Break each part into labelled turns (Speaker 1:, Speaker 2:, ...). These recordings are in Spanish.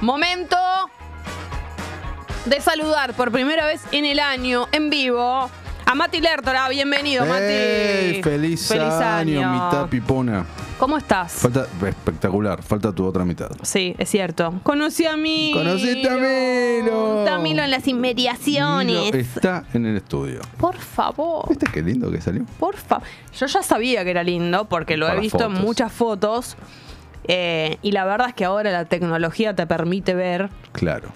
Speaker 1: Momento de saludar por primera vez en el año, en vivo, a Mati Lertora. Bienvenido,
Speaker 2: ¡Ey!
Speaker 1: Mati.
Speaker 2: Feliz, año, mitad pipona.
Speaker 1: ¿Cómo estás?
Speaker 2: Falta, espectacular, falta tu otra mitad.
Speaker 1: Sí, es cierto. Conocí a mí.
Speaker 2: ¡Conociste a Milo!
Speaker 1: Milo en las inmediaciones.
Speaker 2: Milo eh. está en el estudio.
Speaker 1: Por favor.
Speaker 2: ¿Viste qué lindo que salió?
Speaker 1: Porfa. Yo ya sabía que era lindo porque lo he
Speaker 2: Para
Speaker 1: visto en
Speaker 2: fotos.
Speaker 1: muchas fotos. eh, y la verdad es que ahora la tecnología te permite ver
Speaker 2: Claro.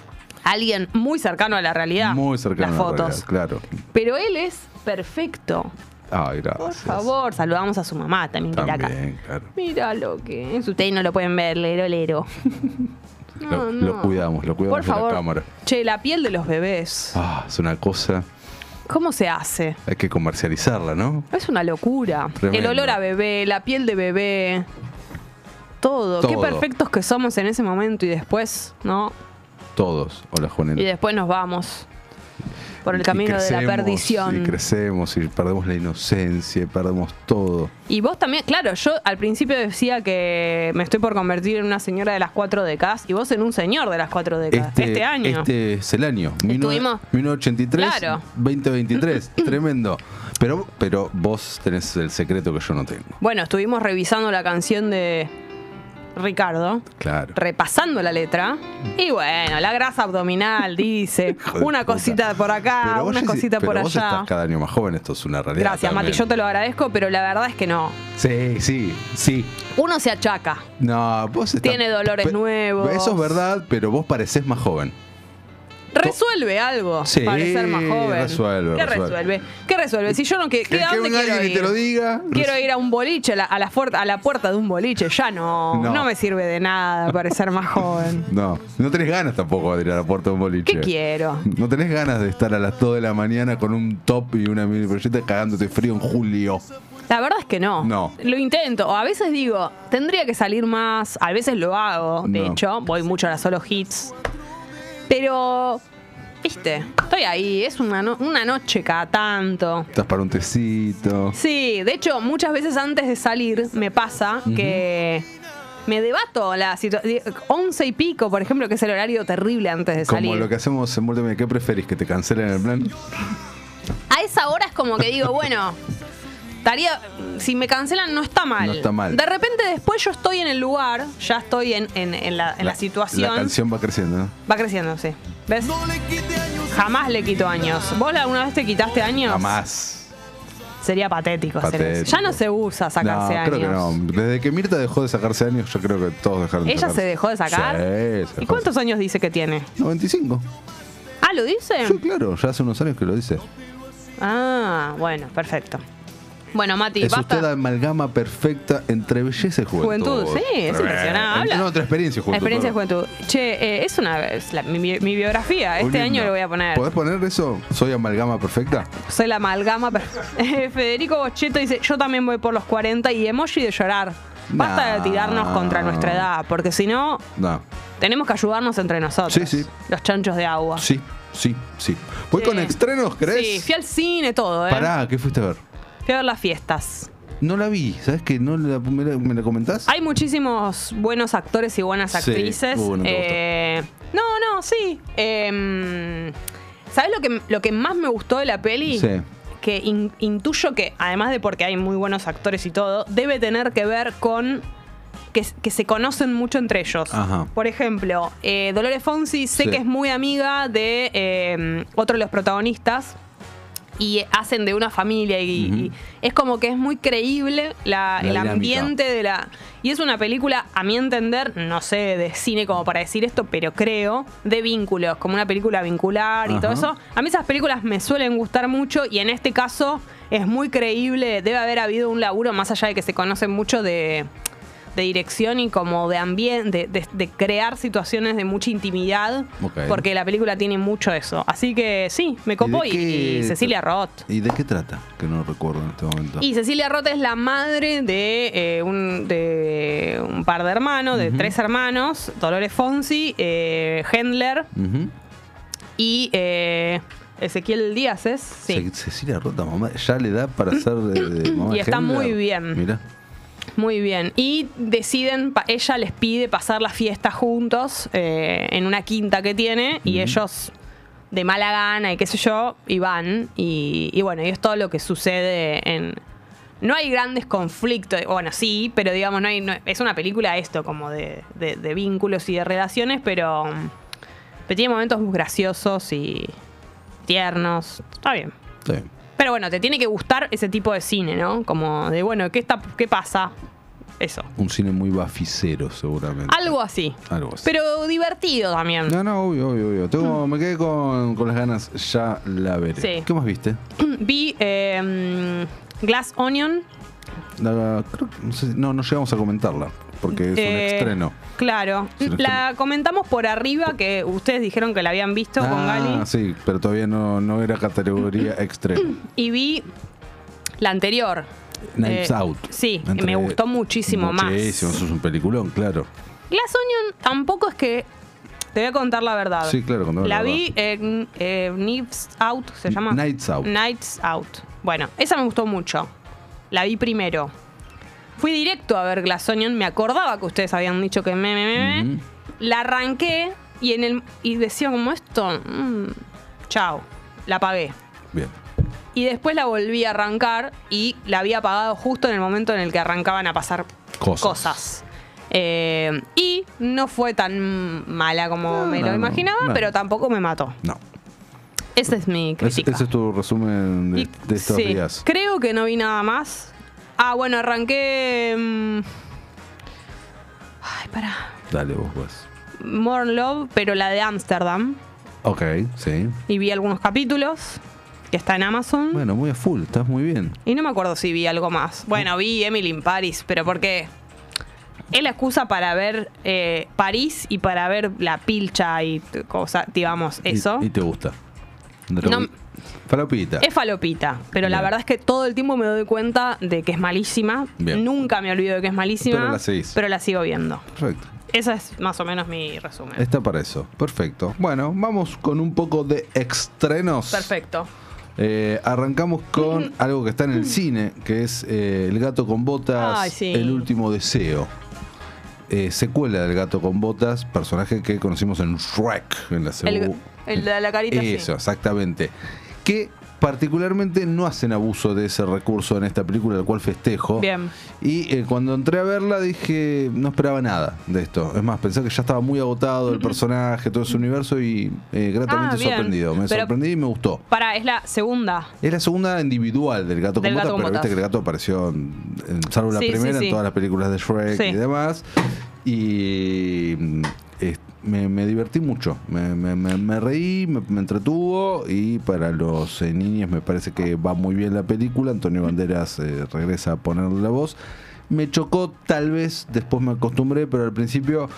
Speaker 1: a alguien muy cercano a la realidad.
Speaker 2: Muy cercano
Speaker 1: Las
Speaker 2: a la
Speaker 1: fotos.
Speaker 2: realidad, claro.
Speaker 1: Pero él es perfecto.
Speaker 2: Ay, gracias.
Speaker 1: Por favor, saludamos a su mamá también, que está acá.
Speaker 2: También, claro.
Speaker 1: Mira lo que es. Ustedes no lo pueden ver, lero, lero.
Speaker 2: Lo,
Speaker 1: No,
Speaker 2: lo
Speaker 1: no.
Speaker 2: cuidamos, lo cuidamos
Speaker 1: Por favor.
Speaker 2: de la cámara.
Speaker 1: Che, la piel de los bebés.
Speaker 2: Ah, es una cosa,
Speaker 1: ¿Cómo se hace?
Speaker 2: hay que comercializarla, ¿no?
Speaker 1: Es una locura.
Speaker 2: Tremendo.
Speaker 1: El olor a bebé, la piel de bebé. Todo. Qué
Speaker 2: Todo.
Speaker 1: perfectos que somos en ese momento y después, ¿no?
Speaker 2: Todos. Hola, Juanita.
Speaker 1: Y después nos vamos por el
Speaker 2: Y
Speaker 1: camino de
Speaker 2: crecemos,
Speaker 1: la perdición.
Speaker 2: Y crecemos y perdemos la inocencia y perdemos todo.
Speaker 1: Y vos también, claro, yo al principio decía que me estoy por convertir en una señora de las cuatro décadas y vos en un señor de las cuatro décadas. Este, año.
Speaker 2: Este es el año.
Speaker 1: Estuvimos-
Speaker 2: 1983.
Speaker 1: Claro.
Speaker 2: 2023. Tremendo. Pero, pero vos tenés el secreto que yo no tengo.
Speaker 1: Bueno, estuvimos revisando la canción de Ricardo,
Speaker 2: Claro.
Speaker 1: repasando la letra. Y bueno, la grasa abdominal dice
Speaker 2: Hijo de
Speaker 1: una
Speaker 2: puta.
Speaker 1: cosita por acá,
Speaker 2: Pero vos,
Speaker 1: una
Speaker 2: Jessy,
Speaker 1: cosita
Speaker 2: pero
Speaker 1: por
Speaker 2: vos
Speaker 1: allá.
Speaker 2: estás cada año más joven, esto es una realidad.
Speaker 1: Gracias, Mati,
Speaker 2: también.
Speaker 1: yo te lo agradezco, pero la verdad es que no.
Speaker 2: Sí, sí, sí.
Speaker 1: Uno se achaca.
Speaker 2: No, vos estás.
Speaker 1: Tiene dolores
Speaker 2: pe-
Speaker 1: nuevos.
Speaker 2: Eso es verdad, pero vos parecés más joven.
Speaker 1: Resuelve algo
Speaker 2: Sí,
Speaker 1: para ser más joven.
Speaker 2: resuelve,
Speaker 1: ¿Qué
Speaker 2: resuelve?
Speaker 1: resuelve? ¿Qué resuelve? Si yo no que,
Speaker 2: Que-
Speaker 1: ¿qué- ¿a
Speaker 2: que
Speaker 1: dónde
Speaker 2: venga
Speaker 1: quiero ir?
Speaker 2: alguien y te lo diga.
Speaker 1: Quiero ir a un boliche, a la, a la fuer- a la puerta de un boliche. Ya no, no.
Speaker 2: No.
Speaker 1: me sirve de nada parecer más joven.
Speaker 2: No, no tenés ganas tampoco de ir a la puerta de un boliche.
Speaker 1: ¿Qué quiero?
Speaker 2: No tenés ganas de estar a las 2 de la mañana con un top y una mini proyecta cagándote frío en julio.
Speaker 1: La verdad es que no.
Speaker 2: No.
Speaker 1: Lo intento. O a veces digo, tendría que salir más. A veces lo hago, de
Speaker 2: No.
Speaker 1: hecho. Voy mucho a las solo hits. Pero, viste, estoy ahí. Es una, no- una noche cada tanto.
Speaker 2: Estás para un tecito.
Speaker 1: Sí, de hecho, muchas veces antes de salir me pasa que me debato la situación. 11 y pico, por ejemplo, que es el horario terrible antes de
Speaker 2: Como
Speaker 1: salir.
Speaker 2: lo que hacemos en Vuelta ¿qué preferís? ¿Que te cancelen el plan?
Speaker 1: A esa hora es como que digo, bueno, estaría. Si me cancelan, no está mal.
Speaker 2: No está mal.
Speaker 1: De repente, después yo estoy en el lugar, ya estoy en, en- en la, en la situación.
Speaker 2: La canción va creciendo, ¿no?
Speaker 1: Va creciendo, sí. ¿Ves? Jamás le quito años. ¿Vos alguna vez te quitaste años?
Speaker 2: Jamás.
Speaker 1: Sería patético, hacer eso.
Speaker 2: Patético.
Speaker 1: Ya no se usa sacarse
Speaker 2: no,
Speaker 1: años.
Speaker 2: creo que no. Desde que Mirta dejó de sacarse años, yo creo que todos dejaron de
Speaker 1: ¿Ella
Speaker 2: sacarse.
Speaker 1: se dejó de sacar?
Speaker 2: Sí, se dejó
Speaker 1: ¿Y cuántos años dice que tiene?
Speaker 2: de- 95.
Speaker 1: Ah, ¿lo dice?
Speaker 2: Sí, claro, ya hace unos años que lo dice.
Speaker 1: Ah, bueno, perfecto. Bueno, Mati,
Speaker 2: es
Speaker 1: basta.
Speaker 2: usted la amalgama perfecta entre belleza y juventud.
Speaker 1: Juventud, sí, es
Speaker 2: Tremendo.
Speaker 1: impresionante. Habla.
Speaker 2: No, entre experiencia y juventud.
Speaker 1: Experiencia de
Speaker 2: perdón.
Speaker 1: juventud. Che, eh, es una es la- mi, bi- mi biografía. Este
Speaker 2: Un
Speaker 1: año
Speaker 2: himno.
Speaker 1: lo voy a poner.
Speaker 2: ¿Podés poner eso? ¿Soy amalgama perfecta?
Speaker 1: Soy la amalgama. pero- Eh, Federico Bocheto dice, yo también voy por los 40 y emoji de llorar. Basta de
Speaker 2: No.
Speaker 1: tirarnos contra nuestra edad, porque si no,
Speaker 2: No.
Speaker 1: tenemos que ayudarnos entre nosotros.
Speaker 2: Sí, sí.
Speaker 1: Los chanchos de agua.
Speaker 2: Sí, sí, sí. Voy
Speaker 1: Sí.
Speaker 2: con estrenos, ¿crees?
Speaker 1: Sí, fui al cine, todo, ¿eh?
Speaker 2: Pará, ¿qué fuiste a ver?
Speaker 1: Fui a ver las fiestas.
Speaker 2: No la vi, ¿sabes que no la, me, la, me la comentás?
Speaker 1: Hay muchísimos buenos actores y buenas
Speaker 2: Sí.
Speaker 1: actrices.
Speaker 2: Uh, no te gustó.
Speaker 1: Eh, no, no, sí. Eh, ¿Sabes lo que, lo que más me gustó de la peli?
Speaker 2: Sí.
Speaker 1: Que in- intuyo que, además de porque hay muy buenos actores y todo, debe tener que ver con que, que se conocen mucho entre ellos.
Speaker 2: Ajá.
Speaker 1: Por ejemplo, eh, Dolores Fonsi sé
Speaker 2: Sí.
Speaker 1: que es muy amiga de eh, otro de los protagonistas y hacen de una familia y,
Speaker 2: Ujú.
Speaker 1: y es como que es muy creíble la-
Speaker 2: La
Speaker 1: el
Speaker 2: dinámica.
Speaker 1: ambiente de la... Y es una película, a mi entender, no sé de cine como para decir esto, pero creo, de vínculos, como una película vincular y todo
Speaker 2: Ajá.
Speaker 1: eso. A mí esas películas me suelen gustar mucho y en este caso es muy creíble, debe haber habido un laburo más allá de que se conocen mucho de de dirección y como de ambiente, de, de- de crear situaciones de mucha intimidad,
Speaker 2: Ok.
Speaker 1: porque la película tiene mucho eso. Así que sí, me copó
Speaker 2: de
Speaker 1: y,
Speaker 2: qué
Speaker 1: y Cecilia
Speaker 2: tra-
Speaker 1: Roth.
Speaker 2: ¿Y de qué trata? Que no recuerdo en este momento.
Speaker 1: Y Cecilia Roth es la madre de, eh, un, de un par de hermanos, de tres hermanos, Dolores Fonsi, eh, Hendler
Speaker 2: Ujú.
Speaker 1: y eh, Ezequiel Díaz, ¿es? Sí.
Speaker 2: Ce- Cecilia Rota, mamá, ya le da para ser de, de mamá
Speaker 1: Y
Speaker 2: de
Speaker 1: está
Speaker 2: Hendler.
Speaker 1: muy bien.
Speaker 2: Mirá.
Speaker 1: Muy bien. Y deciden, pa- ella les pide pasar la fiesta juntos eh, en una quinta que tiene y ellos de mala gana y qué sé yo, y van. Y, y bueno, y es todo lo que sucede en... No hay grandes conflictos, bueno, sí, pero digamos, no hay, no- es una película esto, como de, de- de vínculos y de relaciones, pero, pero tiene momentos graciosos y tiernos. Está bien.
Speaker 2: Está bien.
Speaker 1: Pero bueno, te tiene que gustar ese tipo de cine, ¿no? Como de, bueno, ¿qué, está, qué pasa? Eso.
Speaker 2: Un cine muy baficero, seguramente.
Speaker 1: Algo así.
Speaker 2: Algo así.
Speaker 1: Pero divertido también.
Speaker 2: No, no, obvio, obvio, obvio. Tengo- Me quedé con, con las ganas, ya la veré.
Speaker 1: Sí.
Speaker 2: ¿Qué más viste?
Speaker 1: Vi eh, mm, Glass Onion.
Speaker 2: La- creo que- no, sé si- no, no llegamos a comentarla, porque es
Speaker 1: Eh,
Speaker 2: un estreno.
Speaker 1: Claro.
Speaker 2: Es un
Speaker 1: La comentamos por arriba, que ustedes dijeron que la habían visto con Gali.
Speaker 2: Ah, sí, pero todavía no, no era categoría extremo.
Speaker 1: Y vi la anterior.
Speaker 2: Knives
Speaker 1: Eh,
Speaker 2: Out.
Speaker 1: Sí,
Speaker 2: Entre-
Speaker 1: me gustó muchísimo,
Speaker 2: Muchísimo,
Speaker 1: más.
Speaker 2: eso es un peliculón, claro.
Speaker 1: Glass Onion tampoco es que. Te voy a contar la verdad.
Speaker 2: Sí, claro, contame la
Speaker 1: La vi en eh, Knives Out, ¿se llama?
Speaker 2: Nights Out.
Speaker 1: Nights Out. Bueno, esa me gustó mucho. La vi primero. Fui directo a ver Glass Onion. Me acordaba que ustedes habían dicho que me, me, me, me.
Speaker 2: Ujú.
Speaker 1: La arranqué y, en el, y decía como esto. mm, chao. La apagué.
Speaker 2: Bien.
Speaker 1: Y después la volví a arrancar y la había apagado justo en el momento en el que arrancaban a pasar
Speaker 2: Cosas.
Speaker 1: cosas. Eh, y no fue tan mala como
Speaker 2: No,
Speaker 1: me lo
Speaker 2: no, no,
Speaker 1: imaginaba,
Speaker 2: no.
Speaker 1: pero tampoco me mató.
Speaker 2: No.
Speaker 1: Esa es mi
Speaker 2: Es-
Speaker 1: crítica.
Speaker 2: ese es tu resumen de,
Speaker 1: Y-
Speaker 2: de estos
Speaker 1: sí,
Speaker 2: días.
Speaker 1: Creo que no vi nada más. Ah, bueno, arranqué. mm, ay, pará.
Speaker 2: Dale, vos, pues.
Speaker 1: More Love, pero la de Amsterdam.
Speaker 2: Ok, sí.
Speaker 1: Y vi algunos capítulos, que está en Amazon.
Speaker 2: Bueno, muy a full, estás muy bien.
Speaker 1: Y no me acuerdo si vi algo más. Bueno, vi Emily in Paris, pero porque es la excusa para ver eh, París y para ver la pilcha y t- cosa, digamos,
Speaker 2: Y-
Speaker 1: eso.
Speaker 2: Y, te gusta.
Speaker 1: No-
Speaker 2: Falopita.
Speaker 1: Es falopita, pero la
Speaker 2: Bien.
Speaker 1: verdad es que todo el tiempo me doy cuenta de que es malísima.
Speaker 2: Bien.
Speaker 1: Nunca me olvido de que es malísima.
Speaker 2: Pero la seguís.
Speaker 1: pero la sigo viendo.
Speaker 2: Perfecto.
Speaker 1: Esa es más o menos mi resumen.
Speaker 2: Está para eso. Perfecto. Bueno, vamos con un poco de estrenos.
Speaker 1: Perfecto.
Speaker 2: Eh, arrancamos con algo que está en el cine, que es eh, El gato con botas,
Speaker 1: Ay, sí.
Speaker 2: El último deseo. Eh, secuela del gato con botas, personaje que conocimos en Shrek, en la
Speaker 1: El,
Speaker 2: segunda.
Speaker 1: el de la carita sí.
Speaker 2: Eso, exactamente. Que particularmente no hacen abuso de ese recurso en esta película, el cual festejo.
Speaker 1: Bien.
Speaker 2: Y eh, cuando entré a verla dije, no esperaba nada de esto. Es más, pensé que ya estaba muy agotado el personaje, todo ese universo y eh, gratamente
Speaker 1: Ah, bien.
Speaker 2: sorprendido. Me
Speaker 1: Pero-
Speaker 2: sorprendí y me gustó.
Speaker 1: Para, es la segunda.
Speaker 2: Es la segunda individual del gato con
Speaker 1: Del
Speaker 2: botas,
Speaker 1: Gato con
Speaker 2: pero
Speaker 1: Botas.
Speaker 2: viste que el gato apareció, en, en- salvo la
Speaker 1: Sí, sí,
Speaker 2: primera,
Speaker 1: sí.
Speaker 2: en todas las películas de Shrek
Speaker 1: Sí.
Speaker 2: y demás. Y mm, es- me, me divertí mucho, me, me- me- me reí, me, me entretuvo y para los eh, niños me parece que va muy bien la película. Antonio Banderas eh, regresa a ponerle la voz. Me chocó tal vez, después me acostumbré, pero al principio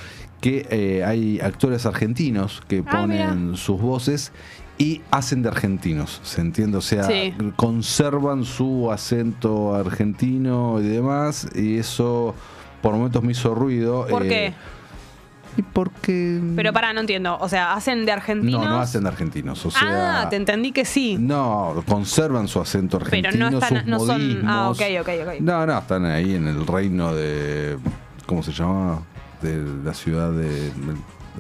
Speaker 2: que eh, hay actores argentinos que
Speaker 1: Ah, mira.
Speaker 2: ponen sus voces y hacen de argentinos, ¿se entiende? O sea,
Speaker 1: Sí.
Speaker 2: conservan su acento argentino y demás, y eso por momentos me hizo ruido.
Speaker 1: ¿Por
Speaker 2: eh,
Speaker 1: qué?
Speaker 2: Y porque...
Speaker 1: Pero para, no entiendo. O sea, hacen de argentinos.
Speaker 2: No, no hacen de argentinos, o sea...
Speaker 1: ah, te entendí que sí.
Speaker 2: No, conservan su acento argentino,
Speaker 1: Pero no están,
Speaker 2: sus
Speaker 1: no son. Ah,
Speaker 2: modismos.
Speaker 1: ok, ok, ok.
Speaker 2: No, no, están ahí en el reino de... ¿Cómo se llama? De la ciudad de... de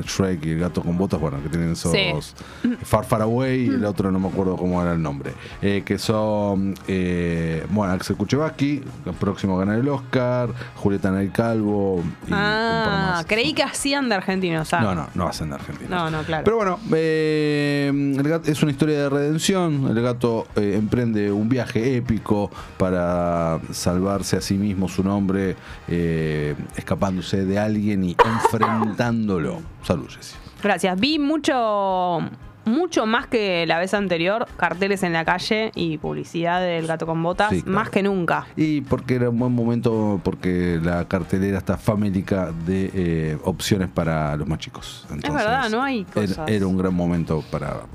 Speaker 2: Shrek y el gato con botas, bueno, que tienen esos
Speaker 1: Sí.
Speaker 2: Far Far Away y el otro no me acuerdo cómo era el nombre. Eh, que son, eh, bueno, Axel Kuchevaski, próximo a ganar el Oscar, Julieta Nay Calvo y un par
Speaker 1: ah,
Speaker 2: más.
Speaker 1: creí que hacían de argentinos. ah.
Speaker 2: No, no, no hacen de argentinos.
Speaker 1: No, no, claro.
Speaker 2: Pero bueno, eh, el gato- es una historia de redención. El gato eh, emprende un viaje épico para salvarse a sí mismo, su nombre, eh, escapándose de alguien y enfrentándolo. Salud, Jessy.
Speaker 1: Gracias. Vi mucho. Mucho más que la vez anterior, carteles en la calle y publicidad del gato con botas,
Speaker 2: Sí, claro.
Speaker 1: más que nunca.
Speaker 2: Y porque era un buen momento, porque la cartelera está famélica de eh, opciones para los más chicos.
Speaker 1: verdad, no hay
Speaker 2: era-
Speaker 1: cosas.
Speaker 2: Era, un gran momento para verla.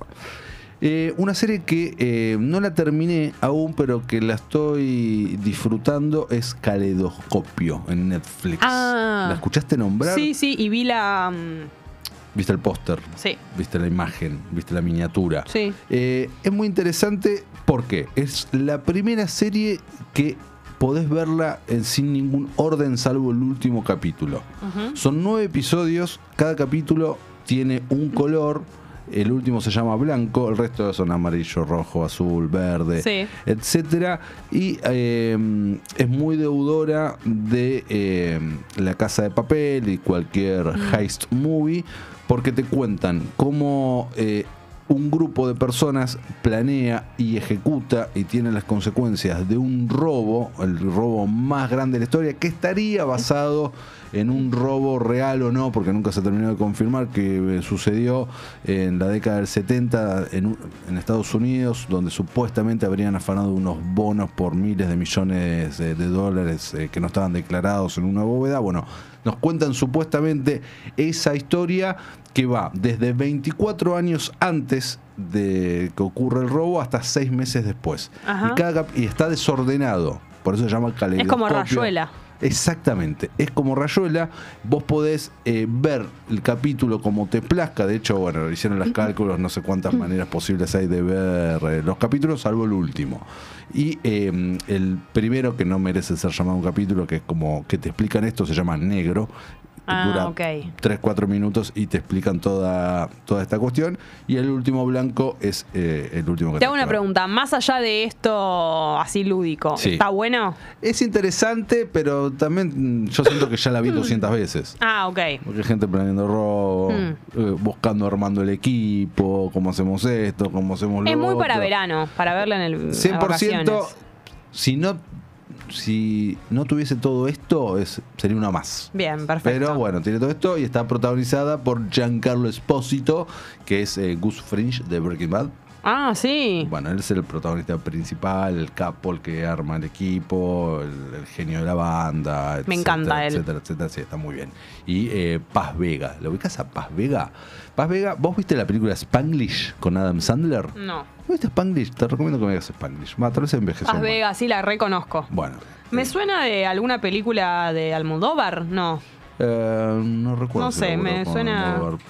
Speaker 2: Eh, una serie que eh, no la terminé aún, pero que la estoy disfrutando es Caleidoscopio en Netflix.
Speaker 1: Ah.
Speaker 2: ¿La escuchaste nombrar?
Speaker 1: Sí, sí, y vi la. mm,
Speaker 2: ¿Viste el póster?
Speaker 1: Sí.
Speaker 2: Viste la imagen, viste la miniatura.
Speaker 1: Sí.
Speaker 2: Eh, es muy interesante porque es la primera serie que podés verla en- sin ningún orden salvo el último capítulo. Son nueve episodios, cada capítulo tiene un color. El último se llama blanco, el resto son amarillo, rojo, azul, verde,
Speaker 1: Sí.
Speaker 2: etcétera. Y eh, es muy deudora de eh, la casa de papel y cualquier heist movie, porque te cuentan cómo eh, un grupo de personas planea y ejecuta y tiene las consecuencias de un robo, el robo más grande de la historia, que estaría basado en un robo real o no, porque nunca se terminó de confirmar que eh, sucedió en la década del 70 en, un- en Estados Unidos, donde supuestamente habrían afanado unos bonos por miles de millones de, de dólares eh, que no estaban declarados en una bóveda. Bueno, nos cuentan supuestamente esa historia que va desde 24 años antes de que ocurra el robo hasta 6 meses después.
Speaker 1: Ajá.
Speaker 2: Y, cada cap- y está desordenado, por eso se llama
Speaker 1: Es como Rayuela.
Speaker 2: Exactamente, es como Rayuela, vos podés eh, ver el capítulo como te plazca, de hecho, bueno, hicieron los cálculos, no sé cuántas maneras posibles hay de ver eh, los capítulos, salvo el último. Y eh, el primero que no merece ser llamado un capítulo, que es como que te explican esto, se llama negro,
Speaker 1: Ah,
Speaker 2: dura
Speaker 1: ok.
Speaker 2: 3, 4 minutos y te explican toda, toda esta cuestión, y el último blanco es eh, el último que
Speaker 1: Te hago una
Speaker 2: toca ver.
Speaker 1: pregunta, más allá de esto así lúdico,
Speaker 2: Sí.
Speaker 1: ¿está bueno?
Speaker 2: Es interesante, pero también mm, yo siento que ya la vi 200 veces.
Speaker 1: Ah, ok.
Speaker 2: Porque hay gente planeando robo,
Speaker 1: Mm.
Speaker 2: eh, buscando, armando el equipo, cómo hacemos esto, cómo hacemos lo
Speaker 1: Es muy para
Speaker 2: otro.
Speaker 1: verano, para verla en el... en
Speaker 2: 100%,
Speaker 1: vacaciones.
Speaker 2: si no, si no tuviese todo esto, es, sería una más.
Speaker 1: Bien, perfecto.
Speaker 2: Pero bueno, tiene todo esto y está protagonizada por Giancarlo Espósito, que es eh, Gus Fringe de Breaking Bad.
Speaker 1: Ah, sí.
Speaker 2: Bueno, él es el protagonista principal, el capo, el que arma el equipo, el, el genio de la banda, etcétera,
Speaker 1: Me encanta él.
Speaker 2: etcétera, etcétera, sí, está muy bien. Y eh, Paz Vega, ¿lo ubicás a Paz Vega? Paz Vega, ¿vos viste la película Spanglish con Adam Sandler?
Speaker 1: No.
Speaker 2: ¿No viste Spanglish? Te recomiendo que me veas Spanglish. Va, tal vez envejeció
Speaker 1: Las
Speaker 2: mal.
Speaker 1: Vegas, sí, la reconozco.
Speaker 2: Bueno.
Speaker 1: ¿Me suena de alguna película de Almodóvar? No,
Speaker 2: Eh, no recuerdo.
Speaker 1: No
Speaker 2: si
Speaker 1: sé,
Speaker 2: la
Speaker 1: me
Speaker 2: recuerdo con
Speaker 1: suena-
Speaker 2: Robert.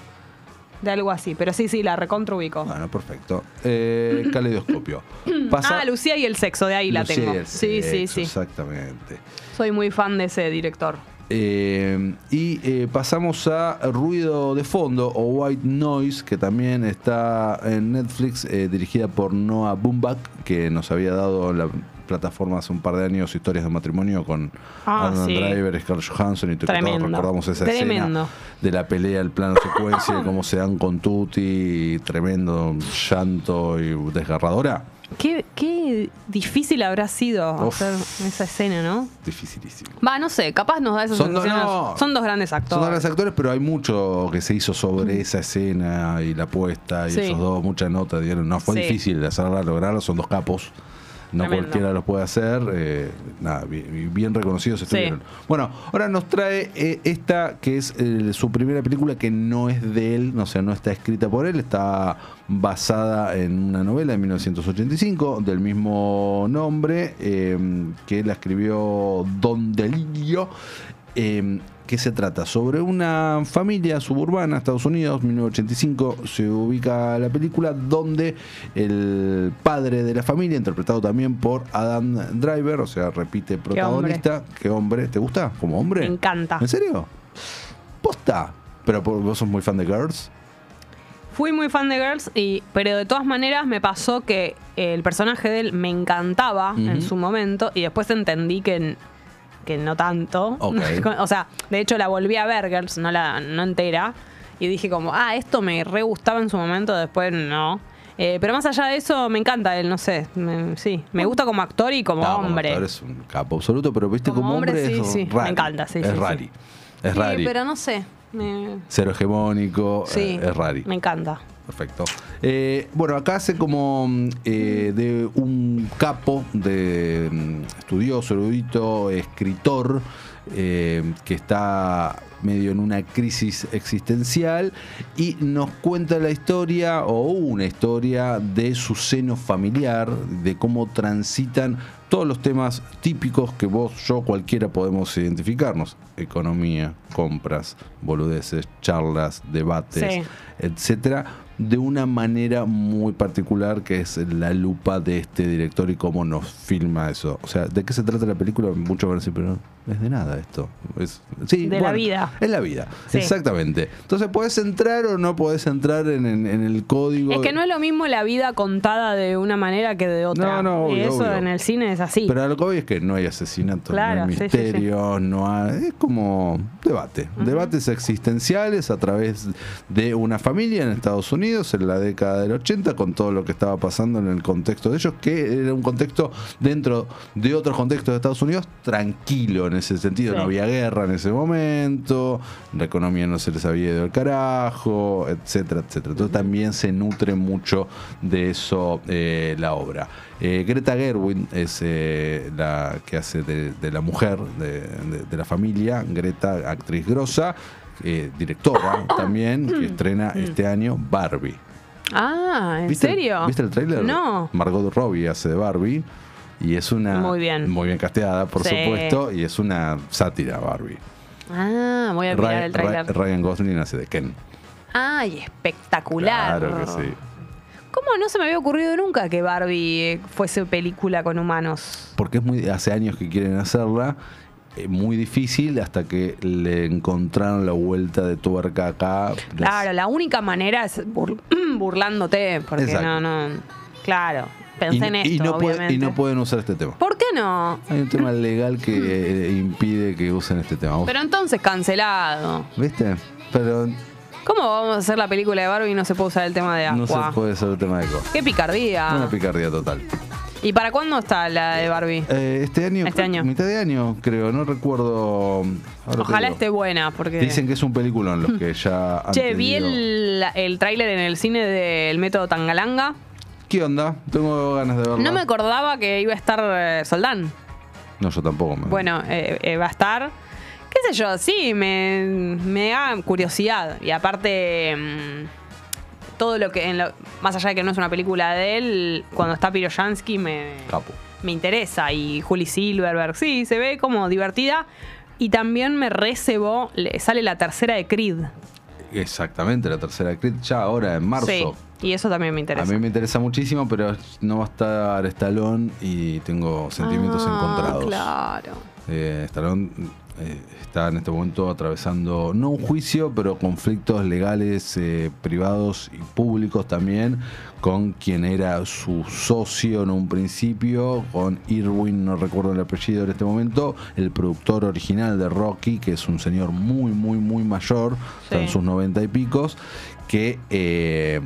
Speaker 1: de algo así, pero sí, sí, la recontraubico.
Speaker 2: Bueno, perfecto. Eh, caleidoscopio.
Speaker 1: Ah, Lucía y el sexo, de ahí la
Speaker 2: Lucía
Speaker 1: tengo.
Speaker 2: y el
Speaker 1: Sí, sí,
Speaker 2: sexo,
Speaker 1: sí.
Speaker 2: Exactamente.
Speaker 1: Soy muy fan de ese director.
Speaker 2: Eh, y eh, pasamos a Ruido de Fondo o White Noise, que también está en Netflix, eh, dirigida por Noah Baumbach, que nos había dado la plataforma hace un par de años historias de matrimonio con
Speaker 1: Ah,
Speaker 2: Adam
Speaker 1: sí.
Speaker 2: Driver, Scarlett Johansson y que
Speaker 1: Tremendo.
Speaker 2: todos recordamos esa
Speaker 1: Tremendo.
Speaker 2: escena de la pelea, el plano secuencia, de cómo se dan con Tutti, y tremendo llanto y desgarradora,
Speaker 1: Qué, qué difícil habrá sido
Speaker 2: Uf.
Speaker 1: hacer esa escena, ¿no?
Speaker 2: dificilísimo.
Speaker 1: Va, no sé, capaz nos da esa
Speaker 2: Son dos-
Speaker 1: sensación.
Speaker 2: no.
Speaker 1: Son dos grandes actores.
Speaker 2: Son grandes actores, pero hay mucho que se hizo sobre esa escena y la apuesta y
Speaker 1: Sí.
Speaker 2: esos dos, mucha nota dieron. No, fue
Speaker 1: Sí.
Speaker 2: difícil hacerla, lograrlo, son dos capos. No
Speaker 1: Tremendo.
Speaker 2: cualquiera los puede hacer. eh, nada, bien, bien reconocidos estuvieron.
Speaker 1: Sí.
Speaker 2: Bueno, ahora nos trae eh, esta que es eh, su primera película que no es de él, o sea, no está escrita por él, está basada en una novela de 1985 del mismo nombre eh, que la escribió Don Delillo. eh, que se trata sobre una familia suburbana, Estados Unidos, 1985, se ubica la película donde el padre de la familia, interpretado también por Adam Driver, o sea, repite protagonista, qué hombre, ¿te gusta como hombre?
Speaker 1: Me encanta.
Speaker 2: ¿En serio? Posta. Pero por- vos sos muy fan de Girls.
Speaker 1: Fui muy fan de Girls, y, pero de todas maneras me pasó que el personaje de él me encantaba en
Speaker 2: Ujú.
Speaker 1: su momento y después entendí que, n- que no tanto.
Speaker 2: Ok.
Speaker 1: o sea, de hecho la volví a ver Girls, no, la, no entera, y dije como, ah, esto me re gustaba en su momento, después no. Eh, pero más allá de eso, me encanta él, no sé. me- sí, me gusta como actor y como
Speaker 2: No, como
Speaker 1: hombre.
Speaker 2: actor es un capo absoluto, pero viste
Speaker 1: Como
Speaker 2: como, hombre,
Speaker 1: hombre,
Speaker 2: es
Speaker 1: sí, sí,
Speaker 2: rari.
Speaker 1: me encanta, sí,
Speaker 2: es
Speaker 1: sí, sí.
Speaker 2: rari. Es
Speaker 1: Sí,
Speaker 2: rari.
Speaker 1: pero no sé. me-
Speaker 2: Cero hegemónico,
Speaker 1: sí,
Speaker 2: eh, es rari.
Speaker 1: me encanta.
Speaker 2: Perfecto. Eh, bueno, acá hace como mm, eh, de un capo, de mm, estudioso, erudito, escritor, eh, que está medio en una crisis existencial y nos cuenta la historia o una historia de su seno familiar, de cómo transitan todos los temas típicos que vos, yo, cualquiera podemos identificarnos. Economía, compras, boludeces, charlas, debates,
Speaker 1: Sí.
Speaker 2: etcétera, de una manera muy particular que es la lupa de este director y cómo nos filma eso. O sea, ¿de qué se trata la película? Muchos van a decir, pero no es de nada esto. Es, sí,
Speaker 1: De la vida.
Speaker 2: Es la vida,
Speaker 1: Sí.
Speaker 2: exactamente. Entonces, ¿podés entrar o no podés entrar en, en- en el código?
Speaker 1: Es que no es lo mismo la vida contada de una manera que de otra.
Speaker 2: No, no,
Speaker 1: y
Speaker 2: obvio,
Speaker 1: eso
Speaker 2: obvio.
Speaker 1: en el cine es así.
Speaker 2: Pero a lo que voy es que no hay asesinatos,
Speaker 1: Claro,
Speaker 2: no
Speaker 1: sí,
Speaker 2: hay
Speaker 1: sí, sí.
Speaker 2: misterios, no hay. Es como debate. Debates existenciales a través de una familia en Estados Unidos en la década del 80, con todo lo que estaba pasando en el contexto de ellos, que era un contexto dentro de otros contextos de Estados Unidos tranquilo en ese sentido.
Speaker 1: Sí.
Speaker 2: No había guerra en ese momento, la economía no se les había ido al carajo, etcétera, etcétera. Entonces también se nutre mucho de eso eh, la obra. Eh, Greta Gerwin es eh, la que hace de, de la mujer, de, de- de la familia, Greta, actriz grosa, eh, directora también,
Speaker 1: Mm.
Speaker 2: que estrena este año Barbie.
Speaker 1: ah, ¿en
Speaker 2: ¿Viste el-
Speaker 1: serio?
Speaker 2: ¿Viste el tráiler?
Speaker 1: No.
Speaker 2: Margot Robbie hace de Barbie. Y es una.
Speaker 1: Muy bien.
Speaker 2: Muy bien casteada, por
Speaker 1: Sí.
Speaker 2: supuesto. Y es una sátira, Barbie.
Speaker 1: Ah, voy a mirar el
Speaker 2: Ra-
Speaker 1: trailer.
Speaker 2: Ryan Gosling hace de Ken.
Speaker 1: Ay, espectacular.
Speaker 2: Claro que sí.
Speaker 1: ¿Cómo no se me había ocurrido nunca que Barbie eh, fuese película con humanos?
Speaker 2: Porque es muy, hace años que quieren hacerla. eh, Muy difícil hasta que le encontraron la vuelta de tuerca acá. Las-
Speaker 1: Claro, la única manera es bur- burlándote, porque
Speaker 2: Exacto.
Speaker 1: no, no. Claro,
Speaker 2: y,
Speaker 1: pensé en esto,
Speaker 2: y no puede-
Speaker 1: obviamente.
Speaker 2: y no pueden usar este tema.
Speaker 1: ¿Por qué no?
Speaker 2: Hay un tema legal que eh, impide que usen este tema.
Speaker 1: Pero entonces cancelado.
Speaker 2: ¿Viste? Pero
Speaker 1: ¿Cómo vamos a hacer la película de Barbie y no se puede usar el tema de
Speaker 2: no se
Speaker 1: Aqua?
Speaker 2: puede usar el tema de Go.
Speaker 1: Qué picardía.
Speaker 2: Una picardía total.
Speaker 1: ¿Y para cuándo está la de Barbie?
Speaker 2: Eh, este año,
Speaker 1: Este año.
Speaker 2: mitad de año, creo, no recuerdo. ahora te
Speaker 1: Ojalá
Speaker 2: digo.
Speaker 1: esté buena, porque.
Speaker 2: Dicen que es un película en los que ya. han
Speaker 1: Che, vi
Speaker 2: tenido-
Speaker 1: el, el tráiler en el cine del método Tangalanga.
Speaker 2: ¿Qué onda? Tengo ganas de verlo.
Speaker 1: No me acordaba que iba a estar eh, Soldán.
Speaker 2: No, yo tampoco. me-
Speaker 1: Bueno, eh, eh, va a estar. ¿Qué sé yo? Sí, me, me da curiosidad. Y aparte, mm, todo lo que. en lo- más allá de que no es una película de él, cuando está Piroyansky me.
Speaker 2: Capo.
Speaker 1: me interesa. Y Juli Silverberg, sí, se ve como divertida. Y también me recebó, sale la tercera de Creed.
Speaker 2: Exactamente, la tercera crit ya ahora en marzo.
Speaker 1: Sí, y eso también me
Speaker 2: A
Speaker 1: interesa.
Speaker 2: mí me interesa muchísimo, pero no va a estar Stallone y tengo sentimientos
Speaker 1: Ah,
Speaker 2: encontrados.
Speaker 1: Claro.
Speaker 2: Eh, Stallone eh, está en este momento atravesando, no un juicio, pero conflictos legales eh, privados y públicos también, con quien era su socio en un principio, con Irwin, no recuerdo el apellido en este momento, el productor original de Rocky, que es un señor muy, muy, muy mayor, está en
Speaker 1: Sí.
Speaker 2: sus noventa y picos, que... eh,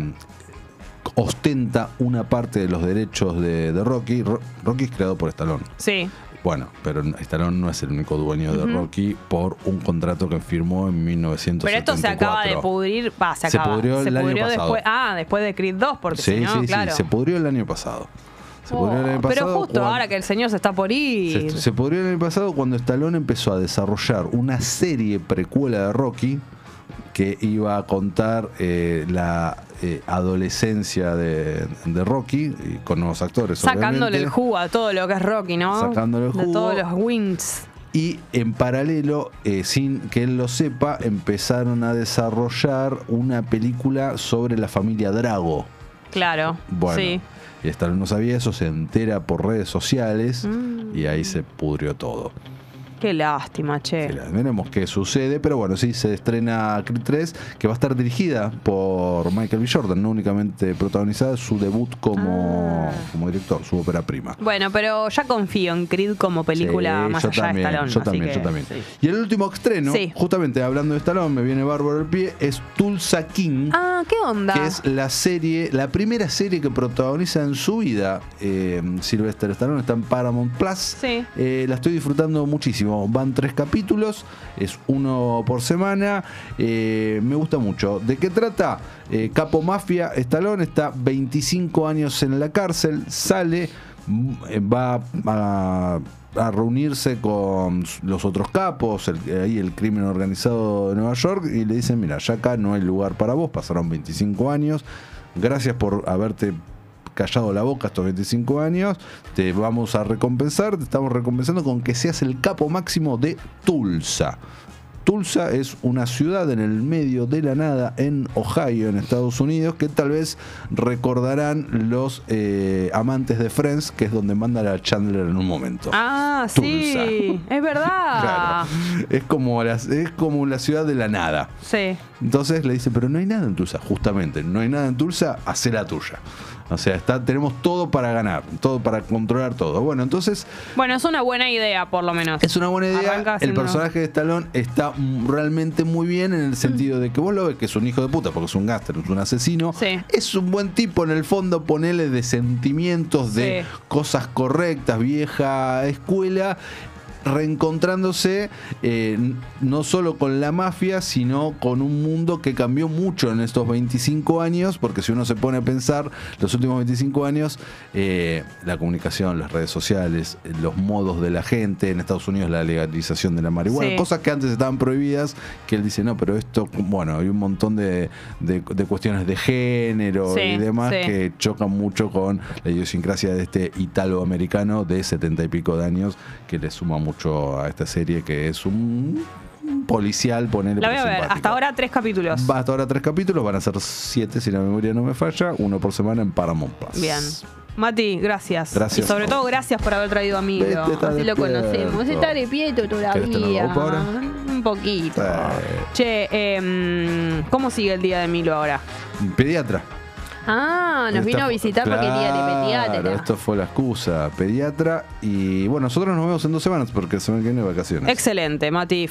Speaker 2: ostenta una parte de los derechos de, de Rocky. Ro- Rocky es creado por Stallone.
Speaker 1: Sí.
Speaker 2: Bueno, pero Stallone no es el único dueño de Rocky por un contrato que firmó en 1974.
Speaker 1: Pero esto se acaba de pudrir. Va, se
Speaker 2: Se
Speaker 1: acaba.
Speaker 2: pudrió el año
Speaker 1: pudrió
Speaker 2: pasado.
Speaker 1: después. Ah, después de Creed 2, porque
Speaker 2: Sí,
Speaker 1: si no,
Speaker 2: sí,
Speaker 1: claro.
Speaker 2: sí. Se pudrió el año pasado. Se pudrió el
Speaker 1: Oh,
Speaker 2: año pasado.
Speaker 1: pero justo
Speaker 2: cuando-
Speaker 1: ahora que el señor se está por ir.
Speaker 2: Se, se pudrió el año pasado cuando Stallone empezó a desarrollar una serie precuela de Rocky que iba a contar eh, la eh, adolescencia de, de Rocky y con nuevos actores.
Speaker 1: Sacándole el
Speaker 2: obviamente.
Speaker 1: jugo a todo lo que es Rocky, ¿no?
Speaker 2: Sacándole el
Speaker 1: De
Speaker 2: jugo.
Speaker 1: todos los wings.
Speaker 2: Y en paralelo, eh, sin que él lo sepa, empezaron a desarrollar una película sobre la familia Drago.
Speaker 1: Claro.
Speaker 2: Bueno,
Speaker 1: Sí.
Speaker 2: y Stallone no sabía eso, se entera por redes sociales
Speaker 1: Mm.
Speaker 2: y ahí se pudrió todo.
Speaker 1: Qué lástima, che.
Speaker 2: Mirá, Veremos qué sucede, pero bueno, sí, se estrena Creed 3, que va a estar dirigida por Michael B. Jordan, no únicamente protagonizada, su debut como,
Speaker 1: Ah.
Speaker 2: como director, su ópera prima.
Speaker 1: Bueno, pero ya confío en Creed como película
Speaker 2: Sí,
Speaker 1: más
Speaker 2: yo
Speaker 1: allá
Speaker 2: también,
Speaker 1: de Stallone.
Speaker 2: Yo
Speaker 1: así
Speaker 2: también,
Speaker 1: que-
Speaker 2: yo también.
Speaker 1: sí.
Speaker 2: Y el último estreno,
Speaker 1: Sí.
Speaker 2: justamente hablando de Stallone, me viene bárbaro el pie, es Tulsa King.
Speaker 1: Ah, ¿qué onda?
Speaker 2: Que es la serie, la primera serie que protagoniza en su vida eh, Sylvester Stallone, está en Paramount Plus.
Speaker 1: Sí.
Speaker 2: Eh, la estoy disfrutando muchísimo. Van tres capítulos, es uno por semana. eh, me gusta mucho. ¿De qué trata? Eh, Capo Mafia Stallone está 25 años en la cárcel, sale, mm, eh, va a a reunirse con s- los otros capos, el, ahí el crimen organizado de Nueva York, y le dicen, mira, ya acá no hay lugar para vos, pasaron 25 años, gracias por haberte callado la boca estos 25 años, te vamos a recompensar, te estamos recompensando con que seas el capo máximo de Tulsa. Tulsa es una ciudad en el medio de la nada en Ohio, en Estados Unidos, que tal vez recordarán los eh, amantes de Friends, que es donde manda a Chandler en un momento.
Speaker 1: Ah, sí,
Speaker 2: Tulsa.
Speaker 1: es verdad.
Speaker 2: Claro. Es como, las- es como la ciudad de la nada.
Speaker 1: Sí.
Speaker 2: Entonces le dice, pero no hay nada en Tulsa, justamente, no hay nada en Tulsa, hacé la tuya. O sea, está, tenemos todo para ganar, todo para controlar todo. Bueno, entonces
Speaker 1: Bueno, es una buena idea, por lo menos.
Speaker 2: es una buena
Speaker 1: Arranca
Speaker 2: idea. El
Speaker 1: haciendo-
Speaker 2: personaje de Stallone está mm, realmente muy bien en el sentido de que vos lo ves que es un hijo de puta, porque es un gáster, es un asesino.
Speaker 1: Sí.
Speaker 2: Es un buen tipo en el fondo, ponele de sentimientos, de
Speaker 1: Sí.
Speaker 2: cosas correctas, vieja escuela reencontrándose eh, n- no solo con la mafia, sino con un mundo que cambió mucho en estos 25 años, porque si uno se pone a pensar, los últimos 25 años, eh, la comunicación, las redes sociales, eh, los modos de la gente, en Estados Unidos la legalización de la marihuana,
Speaker 1: Sí.
Speaker 2: cosas que antes estaban prohibidas, que él dice, no, pero esto, bueno, hay un montón de, de- de cuestiones de género
Speaker 1: Sí,
Speaker 2: y demás
Speaker 1: sí.
Speaker 2: que chocan mucho con la idiosincrasia de este italoamericano de setenta y pico de años que le suma mucho a esta serie que es un un policial ponerle
Speaker 1: La voy a ver. Hasta ahora tres capítulos.
Speaker 2: hasta ahora tres capítulos van a ser siete si la memoria no me falla uno por semana en Paramount Plus
Speaker 1: Bien. Mati, gracias.
Speaker 2: Gracias.
Speaker 1: Y sobre todo, gracias por haber traído a Milo.
Speaker 2: Vete, está
Speaker 1: Así lo
Speaker 2: despierto.
Speaker 1: conocemos. Está de pie
Speaker 2: ¿Querés tener
Speaker 1: todavía.
Speaker 2: algo para ahora?
Speaker 1: Un poquito.
Speaker 2: Eh,
Speaker 1: Che, em, ¿cómo sigue el día de Milo ahora?
Speaker 2: pediatra
Speaker 3: Ah, nos vino
Speaker 2: Esta-
Speaker 3: a visitar porque quería
Speaker 2: Claro,
Speaker 3: de pediatra.
Speaker 2: esto fue la excusa pediatra y bueno nosotros nos vemos en dos semanas porque se me viene vacaciones
Speaker 1: Excelente, Mati.